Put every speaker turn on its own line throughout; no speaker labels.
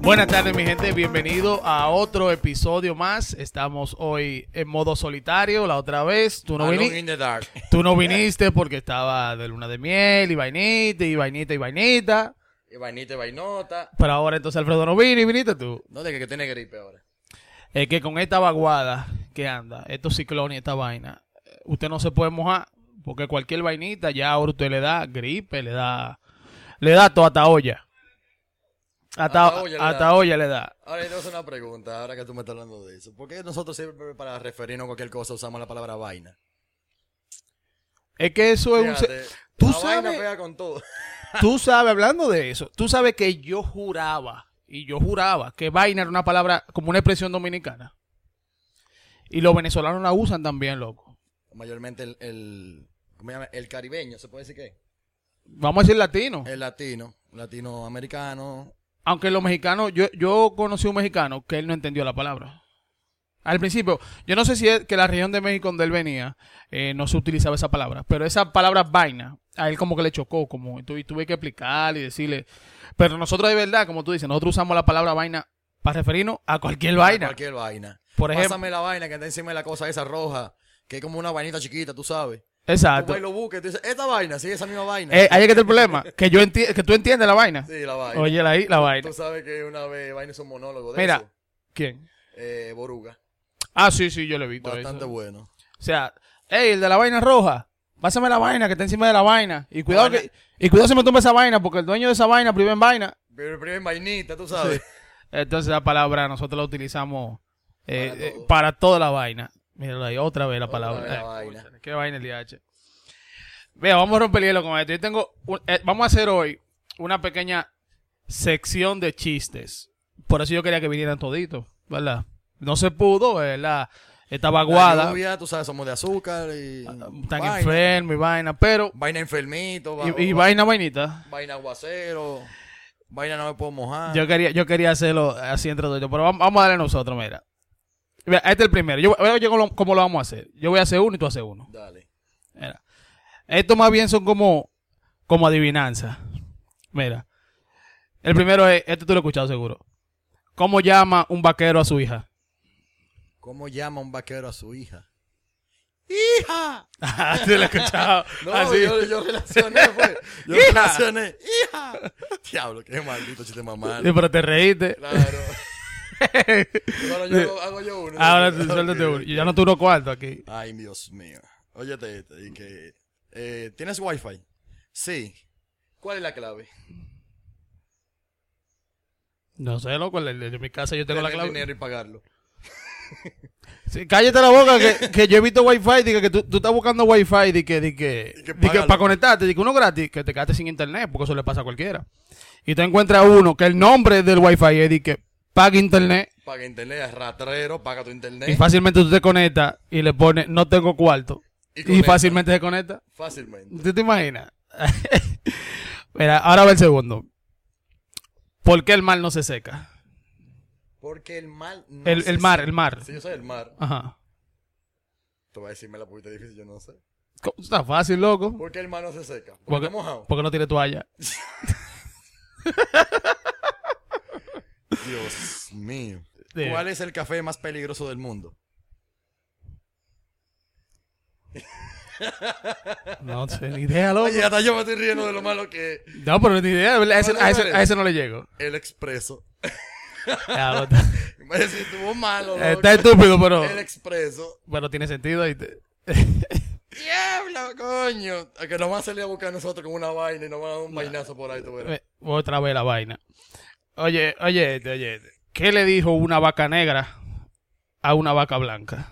Buenas tardes mi gente, bienvenido a otro episodio más. Estamos hoy en modo solitario, la otra vez. Tú no,
Alone
viniste,
in the dark.
tú no
eh.
viniste porque estaba de luna de miel y vainita y vainita y vainita.
Y vainita y vainota.
Pero ahora entonces Alfredo no vino y viniste tú.
No, de que, que tiene gripe ahora.
Es que con esta vaguada que anda, estos ciclones y esta vaina, eh, usted no se puede mojar porque cualquier vainita ya ahora usted le da gripe, le da, le da todo hasta olla. Hasta,
Hasta olla le da.
hata olla le da.
Ahora yo te voy a hacer una pregunta, ahora que tú me estás hablando de eso. ¿Por qué nosotros siempre para referirnos a cualquier cosa usamos la palabra vaina?
Es que eso es un... se-
Fíjate,
Tú
la
sabes-
vaina pega con todo.
Tú sabes, hablando de eso, tú sabes que yo juraba, y yo juraba, que vaina era una palabra como una expresión dominicana. Y los venezolanos la usan también, loco.
Mayormente el, el, ¿cómo se llama? El caribeño, ¿se puede decir qué?
Vamos a decir latino.
El latino, latinoamericano.
Aunque los mexicanos, yo, yo conocí a un mexicano que él no entendió la palabra. Al principio, yo no sé si es que la región de México donde él venía eh, no se utilizaba esa palabra, pero esa palabra vaina, a él como que le chocó, como y tu- y tuve que explicar y decirle. Pero nosotros de verdad, como tú dices, nosotros usamos la palabra vaina para referirnos a cualquier vaina.
Cualquier vaina.
Por ejemplo-
Pásame la vaina que está encima de la cosa esa roja, que es como una vainita chiquita, tú sabes. Tú
Exacto.
vas y lo buscas y tú dices, esta vaina, sí, esa misma vaina.
Ah, Eh, ahí es que está el problema, que yo enti- que tú entiendes la vaina.
Sí, la vaina.
Oye, la, la vaina.
Tú sabes que una vez vaina hizo un monólogo de
Mira.
eso.
¿Quién?
Eh, Boruga.
Ah, sí, sí, yo lo he visto.
Bastante
eso.
bueno.
O sea, hey, el de la vaina roja, pásame la vaina que está encima de la vaina. Y cuidado
vaina-
que, y cuidado si me tumba esa vaina, porque el dueño de esa vaina, primero en vaina.
Pero el primer vainita, tú sabes.
Entonces la palabra nosotros la utilizamos eh, eh, para,
Para todo.
toda la vaina. Míralo ahí, otra vez la palabra.
vez la
Eh,
vaina.
cónchale, Qué vaina el DH. Vea, vamos a romper el hielo con esto. Yo tengo, un- eh, vamos a hacer hoy una pequeña sección de chistes. Por eso yo quería que vinieran toditos, ¿verdad? No se pudo, ¿verdad? Estaba
La
aguada,
lluvia, tú sabes, somos de azúcar y.
Ah, tan
vaina.
enfermo y vaina, pero
Vaina enfermito, va-
Y, y
va-
vaina, vainita.
vaina aguacero. Vaina no me puedo mojar.
Yo quería, yo quería hacerlo así entre todos, pero vamos, vamos a darle nosotros, mira. Mira, este es el primero. Yo, voy a ver cómo, lo- cómo lo vamos a hacer. Yo voy a hacer uno y tú haces uno.
Dale.
Mira. Estos más bien son como, como adivinanzas. Mira. El primero es, este tú lo has escuchado seguro. ¿Cómo llama un vaquero a su hija?
¿Cómo llama un vaquero a su hija? ¡Hija!
Ah, tú lo has escuchado.
No,
Así.
yo, yo relacioné, pues. Yo
Ah, ¡Hija!
relacioné. ¡Hija! Diablo, qué maldito chiste mamá.
Sí, pero te reíste.
Claro. Ahora yo hago, hago yo uno.
Ahora tú
Ok,
suéltate uno.
ok.
Yo ya no turo cuarto aquí.
Ay, Dios mío. Óyete esto, y que... eh, ¿Tienes wifi? Sí. ¿Cuál es la clave?
No sé, loco. En en mi casa yo tengo la
Tener
clave.
dinero y pagarlo.
Sí, cállate la boca que, que yo he visto wifi di que, que tú, tú estás buscando wifi di que, di que,
Y que
di que
págalo.
para conectarte, di que uno gratis, que te quedaste sin internet, porque eso le pasa a cualquiera. Y te encuentras uno que el nombre del wifi es di que paga internet
Paga internet, es ratrero, paga tu internet.
y fácilmente tú te conectas y le pones no tengo cuarto
Y
y,
conecta.
fácilmente se conecta.
Fácilmente.
¿Tú te imaginas? Mira, ahora va el segundo. ¿Por qué el mar no se seca?
Porque el mar... no
El,
se
el mar,
sabe.
el mar.
Sí, yo soy el mar.
Ajá.
Te voy a decirme la poquita difícil, yo no sé.
Co- Está fácil, loco.
¿Por qué el mar no se seca? Porque,
Porque,
está mojado.
porque no tiene toalla.
Dios mío.
Sí.
¿Cuál es el café más peligroso del mundo?
No sé, ni idea, loco.
Oye, hasta yo me estoy riendo de lo malo que es
No, pero ni idea, ¿verdad? A ese,
Bueno,
a ese-
señores.
a ese no le llego.
el expreso.
Ya, lo- está,
Me decís, estuvo
Eh,
malo, loco.
estúpido, pero,
El expreso.
pero tiene sentido. ahí te-
¡Diablo, coño! A que nos van a salir a buscar a nosotros con una vaina y nos van a dar un vainazo por ahí, tú verás.
Eh, Otra vez la vaina. Oye, oye, este, oye. este. ¿Qué le dijo una vaca negra a una vaca blanca?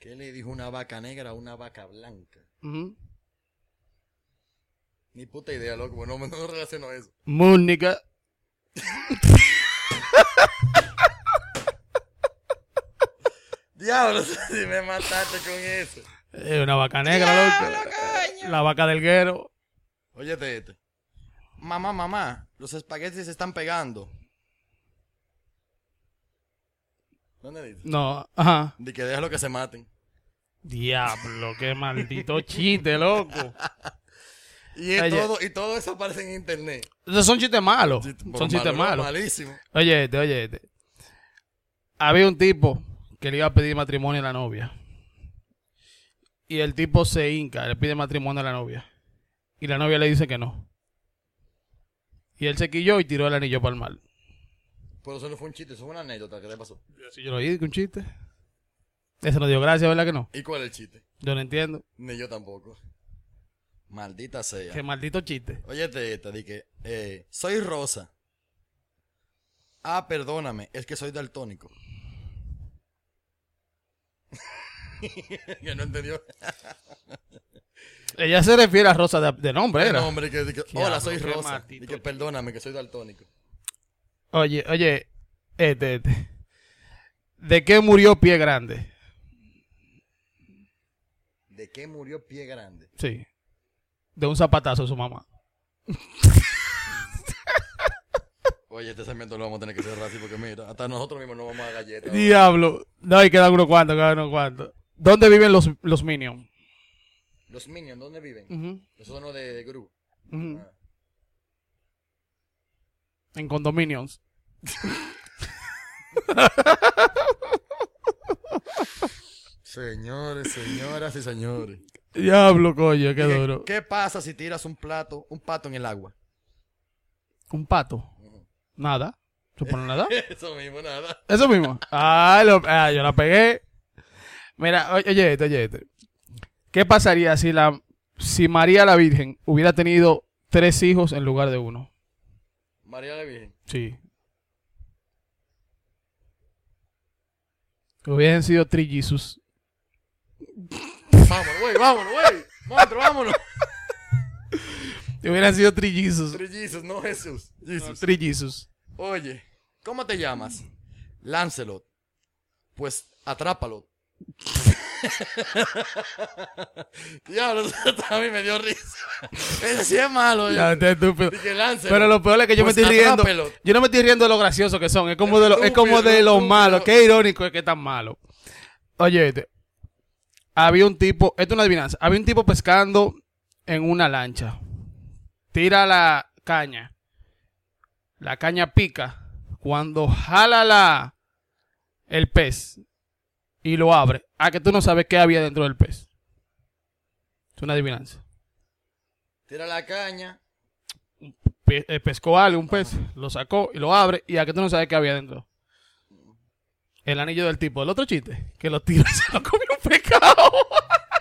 ¿Qué le dijo una vaca negra a una vaca blanca?
Ujú.
Ni puta idea, loco, bueno, no, no relaciono eso.
Múnica.
Diablo, si me mataste con eso.
Eh, una vaca negra, loco. La vaca del guero.
Óyete este. Mamá, mamá, los espaguetis se están pegando. ¿Dónde dice?
No, ajá.
De que déjalo que se maten.
Diablo, qué maldito chiste, loco.
Y, es
Oye.
todo, y todo eso aparece en internet.
Entonces son chistes malos.
Chiste-
son chistes
malo,
malos.
Malísimo.
Oye, este, oye, este. Había un tipo que le iba a pedir matrimonio a la novia. Y el tipo se hinca, le pide matrimonio a la novia. Y la novia le dice que no. Y él se quilló y tiró el anillo para el mal.
Pero eso no fue un chiste, eso fue una anécdota que le pasó.
Si yo lo oí, que un chiste. Ese no dio gracia, ¿verdad que no?
¿Y cuál es el chiste?
Yo no entiendo.
Ni yo tampoco. Maldita sea.
Qué maldito chiste.
Óyete esta, di que eh, soy rosa. Ah, perdóname, es que soy daltónico. que no entendió.
Ella se refiere a Rosa de, de nombre,
El
era.
hombre que, di que,
Diablo,
hola, soy
qué
rosa.
maldito
Y que perdóname, que soy daltónico.
Oye, oye, este, este. ¿De qué murió Pie Grande?
¿De qué murió pie grande?
Sí. De un zapatazo de su mamá.
Oye, este segmento lo vamos a tener que cerrar así porque mira, hasta nosotros mismos nos vamos a galletas.
Diablo. No, hay que dar uno cuanto, quedan uno cuanto. ¿Dónde viven los, los Minions?
Los Minions, ¿dónde viven?
Ujú,
Eso son los de, de Gru.
ujú.
Ah.
En condominions.
Señores, señoras y señores.
Diablo, coño, qué
Dije,
duro.
¿Qué pasa si tiras un plato, un pato en el agua?
¿Un pato? Nada. ¿Supone nada?
Eso mismo, nada.
Eso mismo. Ah, lo- ah, yo la pegué. Mira, o- oye, esto, oye, esto. ¿Qué pasaría si la si María la Virgen hubiera tenido tres hijos en lugar de uno?
María la Virgen.
Sí. Hubieran sido trillizos.
Vámonos, güey, vámonos, güey. Monstruo, vámonos.
Hubieran sido trillizos.
Jesús, no Jesús. Jesús.
Trillizos.
Oye, ¿cómo te llamas? Lancelot. Pues atrápalo. Diablo, eso a mí me dio risa. Ese sí es malo.
Ya,
Ya.
este estúpido.
Dije, Lancelot.
Pero lo peor es que yo
Pues
me estoy riendo.
atrápelo.
Yo no me estoy riendo de lo gracioso que son. Es como de lo, es como de
Estúpido,
lo malo.
estúpido.
Qué irónico es que es tan malo. Oye, este, había un tipo, esto es una adivinanza. Había un tipo pescando en una lancha. Tira la caña. La caña pica. Cuando jala la el pez y lo abre, a que tú no sabes qué había dentro del pez. Es una adivinanza.
Tira la caña.
pe- eh, pescó algo, un pez, lo sacó y lo abre y a que tú no sabes qué había dentro. El anillo del tipo, el otro chiste, que lo tira y se lo comió un pescado.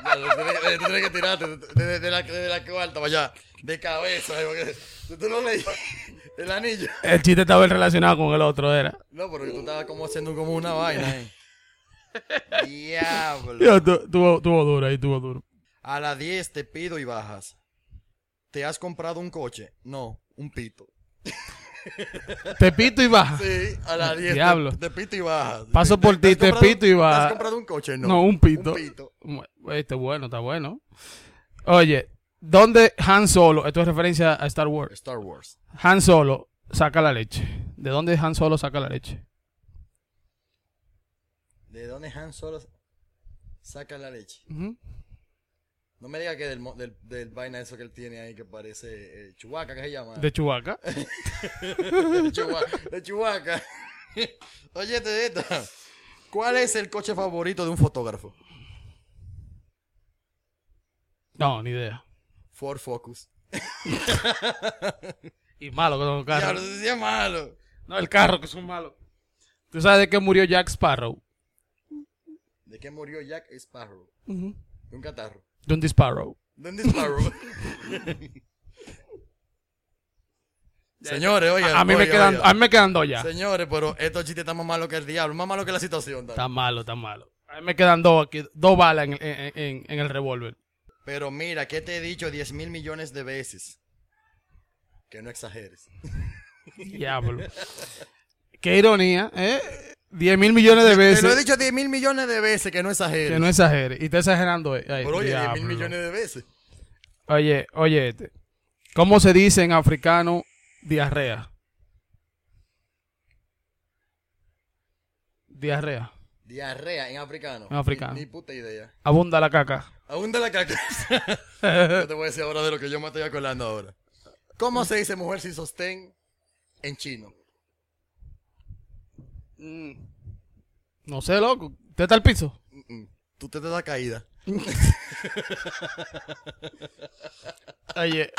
Diablo, tú tienes que- tú tienes eh, que tirarte desde de, de la, de la cuarta para allá. De cabeza. eh, Porque, tú, tú no leí el anillo.
El chiste estaba relacionado con el otro, era.
No, pero tú estabas como haciendo como una vaina ahí. Diablo.
Yo, tu- tuvo, tuvo duro ahí, tuvo duro.
A las 10 te pido y bajas. ¿Te has comprado un coche? No, un pito.
Te pito y baja.
Sí, a las 10
Diablo.
te, te pito y bajas.
Paso por ti,
has
te
comprado-
pito y bajas.
¿Te has comprado un coche? No,
No, un pito.
Un pito.
Bueno, Este bueno, está bueno. Oye, ¿dónde Han Solo, esto es referencia a Star Wars,
Star Wars.
Han Solo saca la leche? ¿De dónde Han Solo saca la leche?
¿De dónde Han Solo saca la leche?
Ujú.
No me diga que del, mo- del, del vaina eso que él tiene ahí que parece eh, Chewbacca, ¿qué se llama?
De Chewbacca.
de, Chewba- de Chewbacca. Oye, te esta. ¿Cuál es el coche favorito de un fotógrafo?
No, ni idea.
Ford Focus.
Y malo con los carros.
Diablo, eso sí es malo.
No, el carro, que es un malo. ¿Tú sabes de qué murió Jack Sparrow?
¿De qué murió Jack Sparrow? De un catarro.
De un disparo.
De un disparo. Señores, oigan.
A, a mí me
oigan,
quedan,
oigan.
a mí me quedan dos ya.
Señores, pero estos chistes están más malos que el diablo. Más malos que la situación. Dan.
Está malo, está malo. A mí me quedan dos aquí, dos balas en, en- en- en el revólver.
Pero mira, que te he dicho 10 mil millones de veces. Que no exageres.
Diablo. qué ironía, ¿eh? 10 mil millones de
Te lo he
veces.
dicho 10 mil millones de veces, que no exageres.
Que no exagere. Y está exagerando. eh. Ay,
Pero oye, 10 mil
diablo.
millones de veces.
Oye, oye. este. ¿Cómo se dice en africano diarrea? Diarrea.
Diarrea en africano.
En africano.
Ni, ni puta idea.
Abunda la caca.
Aún de la carcasa. yo te voy a decir ahora de lo que yo me estoy acordando ahora. ¿Cómo se dice mujer sin sostén en chino?
No sé, loco. ¿Usted está al piso?
Mm, Tú te das caída.
Oye,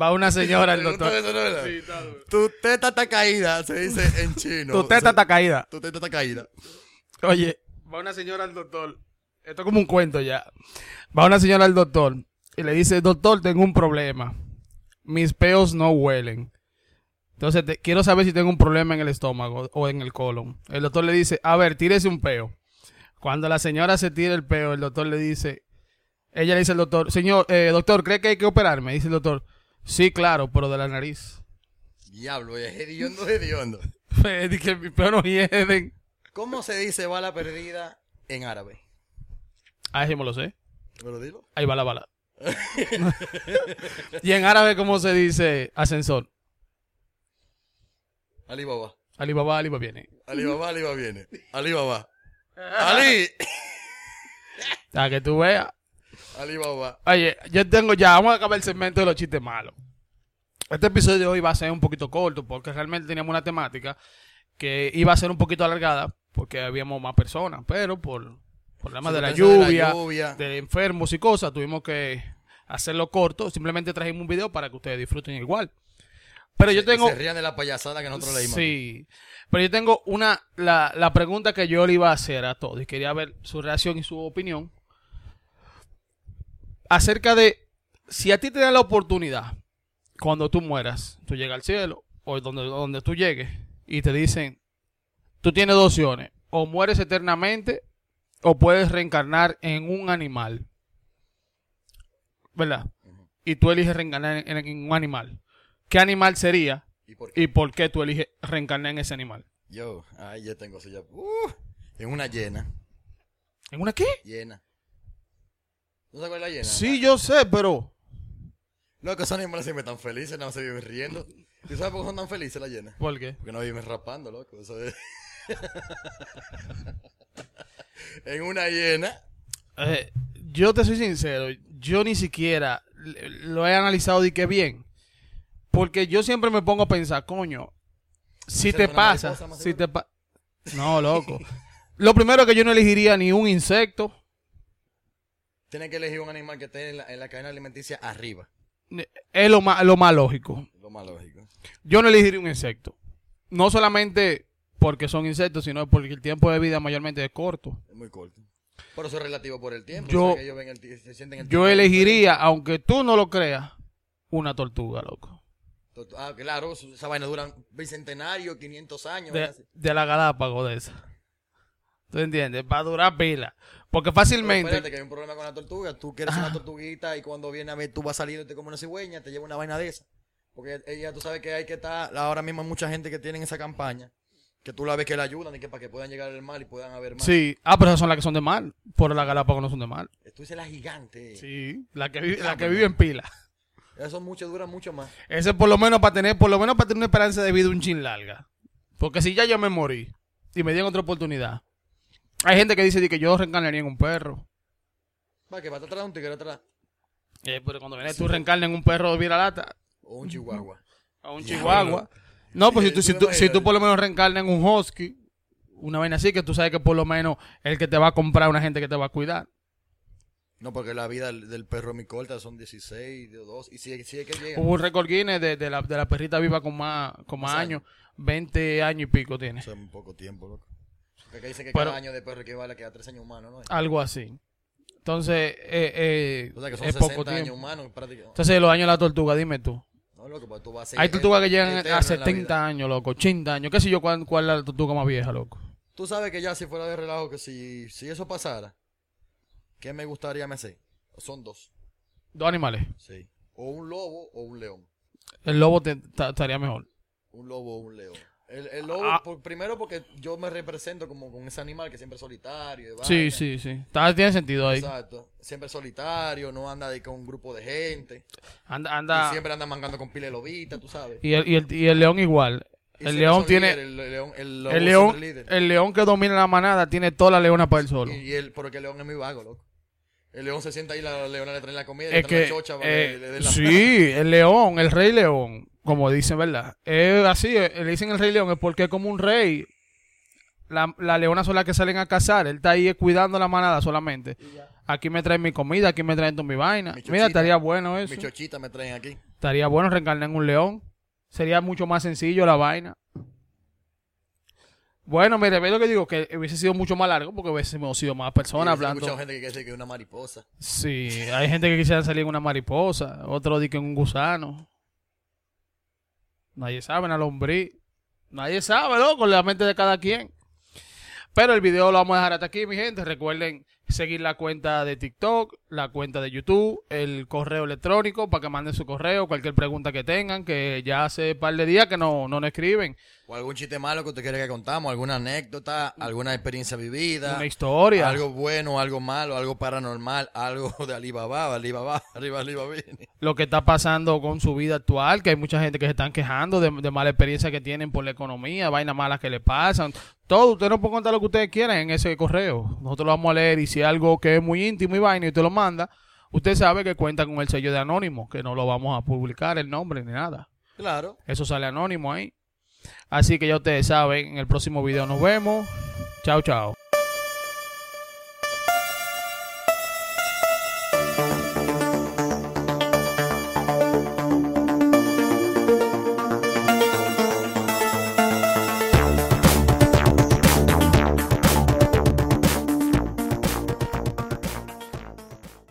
va una señora al
Pregunta
doctor.
eso, ¿no es verdad? Tu teta está caída, se dice en chino.
Tu teta
O sea,
está caída.
Tu teta está caída.
Oye, va una señora al doctor. Esto es como un cuento ya. Va una señora al doctor y le dice, doctor, tengo un problema. Mis peos no huelen. Entonces, te- quiero saber si tengo un problema en el estómago o en el colon. El doctor le dice, a ver, tírese un peo. Cuando la señora se tira el peo, el doctor le dice, ella le dice al doctor, señor, eh, doctor, ¿cree que hay que operarme? Dice el doctor, sí, claro, pero de la nariz.
Diablo, es hediondo, hediondo.
Dije, mis peos no hieden.
¿Cómo se dice bala perdida en árabe?
Ah, sí, me lo sé.
¿Me lo dilo?
Ahí va la bala. y en árabe, ¿cómo se dice ascensor?
Alibaba.
Alibaba, Alibaba viene.
Alibaba, Alibaba viene. Alibaba. Ali.
Para que tú veas.
Alibaba.
Oye, yo tengo ya, vamos a acabar el segmento de los chistes malos. Este episodio de hoy va a ser un poquito corto porque realmente teníamos una temática que iba a ser un poquito alargada porque habíamos más personas, pero por problemas de la
Circunstancias de
lluvia,
la lluvia.
de enfermos y cosas, tuvimos que hacerlo corto. Simplemente trajimos un video para que ustedes disfruten igual. Pero yo tengo...
Se rían de la payasada que nosotros leímos.
Sí. Pero yo tengo una, la, la pregunta que yo le iba a hacer a todos y quería ver su reacción y su opinión acerca de si a ti te dan la oportunidad cuando tú mueras, tú llegas al cielo o donde, donde tú llegues y te dicen, tú tienes dos opciones, o mueres eternamente o puedes reencarnar en un animal. ¿Verdad? Y tú eliges reencarnar en- en- en un animal. ¿Qué animal sería?
¿Y por qué?
¿Y por qué tú eliges reencarnar en ese animal?
Yo, ay, ya tengo eso ya. Uh, en una llena.
¿En una qué?
Llena. ¿No se acuerdas de la llena?
Sí, yo sé, pero.
Loco, esos animales siempre tan felices, nada más se viven riendo. ¿Y sabes por qué son tan felices la llena?
¿Por qué?
Porque no viven rapando, loco. Eso es. en una llena.
Eh, yo te soy sincero, yo ni siquiera le- lo he analizado de que bien. Porque yo siempre me pongo a pensar, coño, si
Ser
te
una
pasa,
mariposa, más
si
seguro.
te pasa. No, loco. lo primero que yo no elegiría ni un insecto.
Tienes que elegir un animal que esté en la, en la cadena alimenticia arriba.
ni- Es lo más, lo más lógico.
Lo más lógico.
Yo no elegiría un insecto. No solamente porque son insectos, sino porque el tiempo de vida mayormente es corto.
Es muy corto. Pero eso es relativo por el tiempo.
Yo-
o sea, que ellos ven el ti- se sienten el
Yo
tiempo.
elegiría, aunque tú no lo creas, una tortuga, loco.
Tot- Ah, claro, su- esa vaina dura bicentenario, 500 años.
De,
vaina así.
de la Galápagos de esa. ¿Tú entiendes? Va a durar pila. Porque
Pero
fácilmente.
espérate, que hay un problema con la tortuga. Tú quieres
Ah.
una tortuguita y cuando viene a ver, tú vas saliendo y te comes una cigüeña, te lleva una vaina de esa. Porque ella, tú sabes que hay que estar. Ahora mismo hay mucha gente que tiene esa campaña. Que tú la ves que la ayudan y que para que puedan llegar al mar y puedan haber más.
Sí. Ah, pero esas son las que son de mal. Por la Galápagos no son de mal.
Tú dices la gigante.
Sí. La que, vive, la que vive en pila.
Eso mucho, dura mucho más.
Ese por lo menos para tener, por lo menos para tener una esperanza de vida un chin larga. Porque si ya yo me morí y me dieron otra oportunidad. Hay gente que dice de que yo reencarnaría en un perro.
Va, que va atrás de un tigre atrás.
Eh, pero cuando vienes tú reencarnas en un perro de viralata.
O un chihuahua.
A un
Diablo.
chihuahua. No, pues si
Eh,
tú,
tú
si,
te
tú, si tú
imaginas.
por lo menos reencarnas en un husky, una vaina así, que tú sabes que por lo menos el que te va a comprar una gente que te va a cuidar.
No, porque la vida del del perro es muy corta, son 16, 2. Y si, si es que llega.
Hubo un récord Guinness de, de la, de la perrita viva con más, con más
Más
años, 20 años y pico tiene.
Eso es muy poco tiempo, loco. Porque acá dice que
Pero- Ah,
cada año de perro equivale a que a tres años humanos, ¿no?
Algo así. Entonces, eh, eh,
O sea, que son
es
60
poco
años
tiempo.
humanos prácticamente.
Entonces, los años de la tortuga, dime tú.
No, loco, pues tú vas a ser
Hay tortugas que
eterno
llegan
en la
a
vida.
70 años, loco, 80 años. ¿Qué sé yo cuál, cuál es la tortuga más vieja, loco?
Tú sabes que ya si fuera de relajo, que si, si eso pasara, ¿qué me gustaría me hacer? Son dos.
Dos animales.
Sí. O un lobo o un león.
El lobo te- ta- estaría mejor.
Un lobo o un león. El, el lobo,
Ah.
por- primero porque yo me represento como con ese animal que siempre es solitario. y
Sí,
vaina.
sí, sí. Está- tiene sentido ahí.
Exacto. Siempre es solitario, no anda de, con un grupo de gente.
Anda, anda.
Y siempre anda mangando con pile lobita, tú sabes.
Y el, y el, y el león igual. el
Y siempre
león
son
tiene.
líderes, el león, el
el,
lobo siempre
león,
es líder.
el león que domina la manada tiene toda la leona para él solo.
Y, y el, porque el león es muy vago, loco. El león se sienta ahí, la leona le trae la comida, le
Es
trae
que,
la chocha para que
eh,
le den la
sí, el león, el rey león, como dicen, ¿verdad? Es así, eh, le dicen el rey león, es porque es como un rey. La, la leona son las que salen a cazar, él está ahí eh, cuidando la manada solamente. Aquí me traen mi comida, aquí me traen tu- mi vaina.
Mi
Mira,
chochita.
estaría bueno eso.
Mi chochita me traen aquí.
Estaría bueno reencarnar en un león. Sería mucho más sencillo la vaina. Bueno, mire, ve lo que digo, que hubiese sido mucho más largo porque hubiésemos sido más personas
Y He escuchado
hablando.
gente que dice que es una mariposa.
Sí, hay gente que quisiera salir en una mariposa, otro di que en un gusano. Nadie sabe, una lombriz. Nadie sabe, loco, la mente de cada quien. Pero el video lo vamos a dejar hasta aquí, mi gente. Recuerden seguir la cuenta de TikTok, la cuenta de YouTube, el correo electrónico para que manden su correo, cualquier pregunta que tengan, que ya hace par de días que no, no nos escriben.
O algún chiste malo que usted quiera que contamos, alguna anécdota, alguna experiencia vivida.
Una historia.
Algo bueno, algo malo, algo paranormal, algo de Alibaba, Alibaba, arriba Alibaba.
lo que está pasando con su vida actual, que hay mucha gente que se están quejando de, de mala experiencia que tienen por la economía, vainas malas que le pasan. Todo, usted no puede contar lo que ustedes quieran en ese correo. Nosotros lo vamos a leer y si es algo que es muy íntimo y vaina y usted lo manda, usted sabe que cuenta con el sello de anónimo, que no lo vamos a publicar el nombre ni nada.
Claro.
Eso sale anónimo ahí. Así que ya ustedes saben, en el próximo video nos vemos. Chao, chao.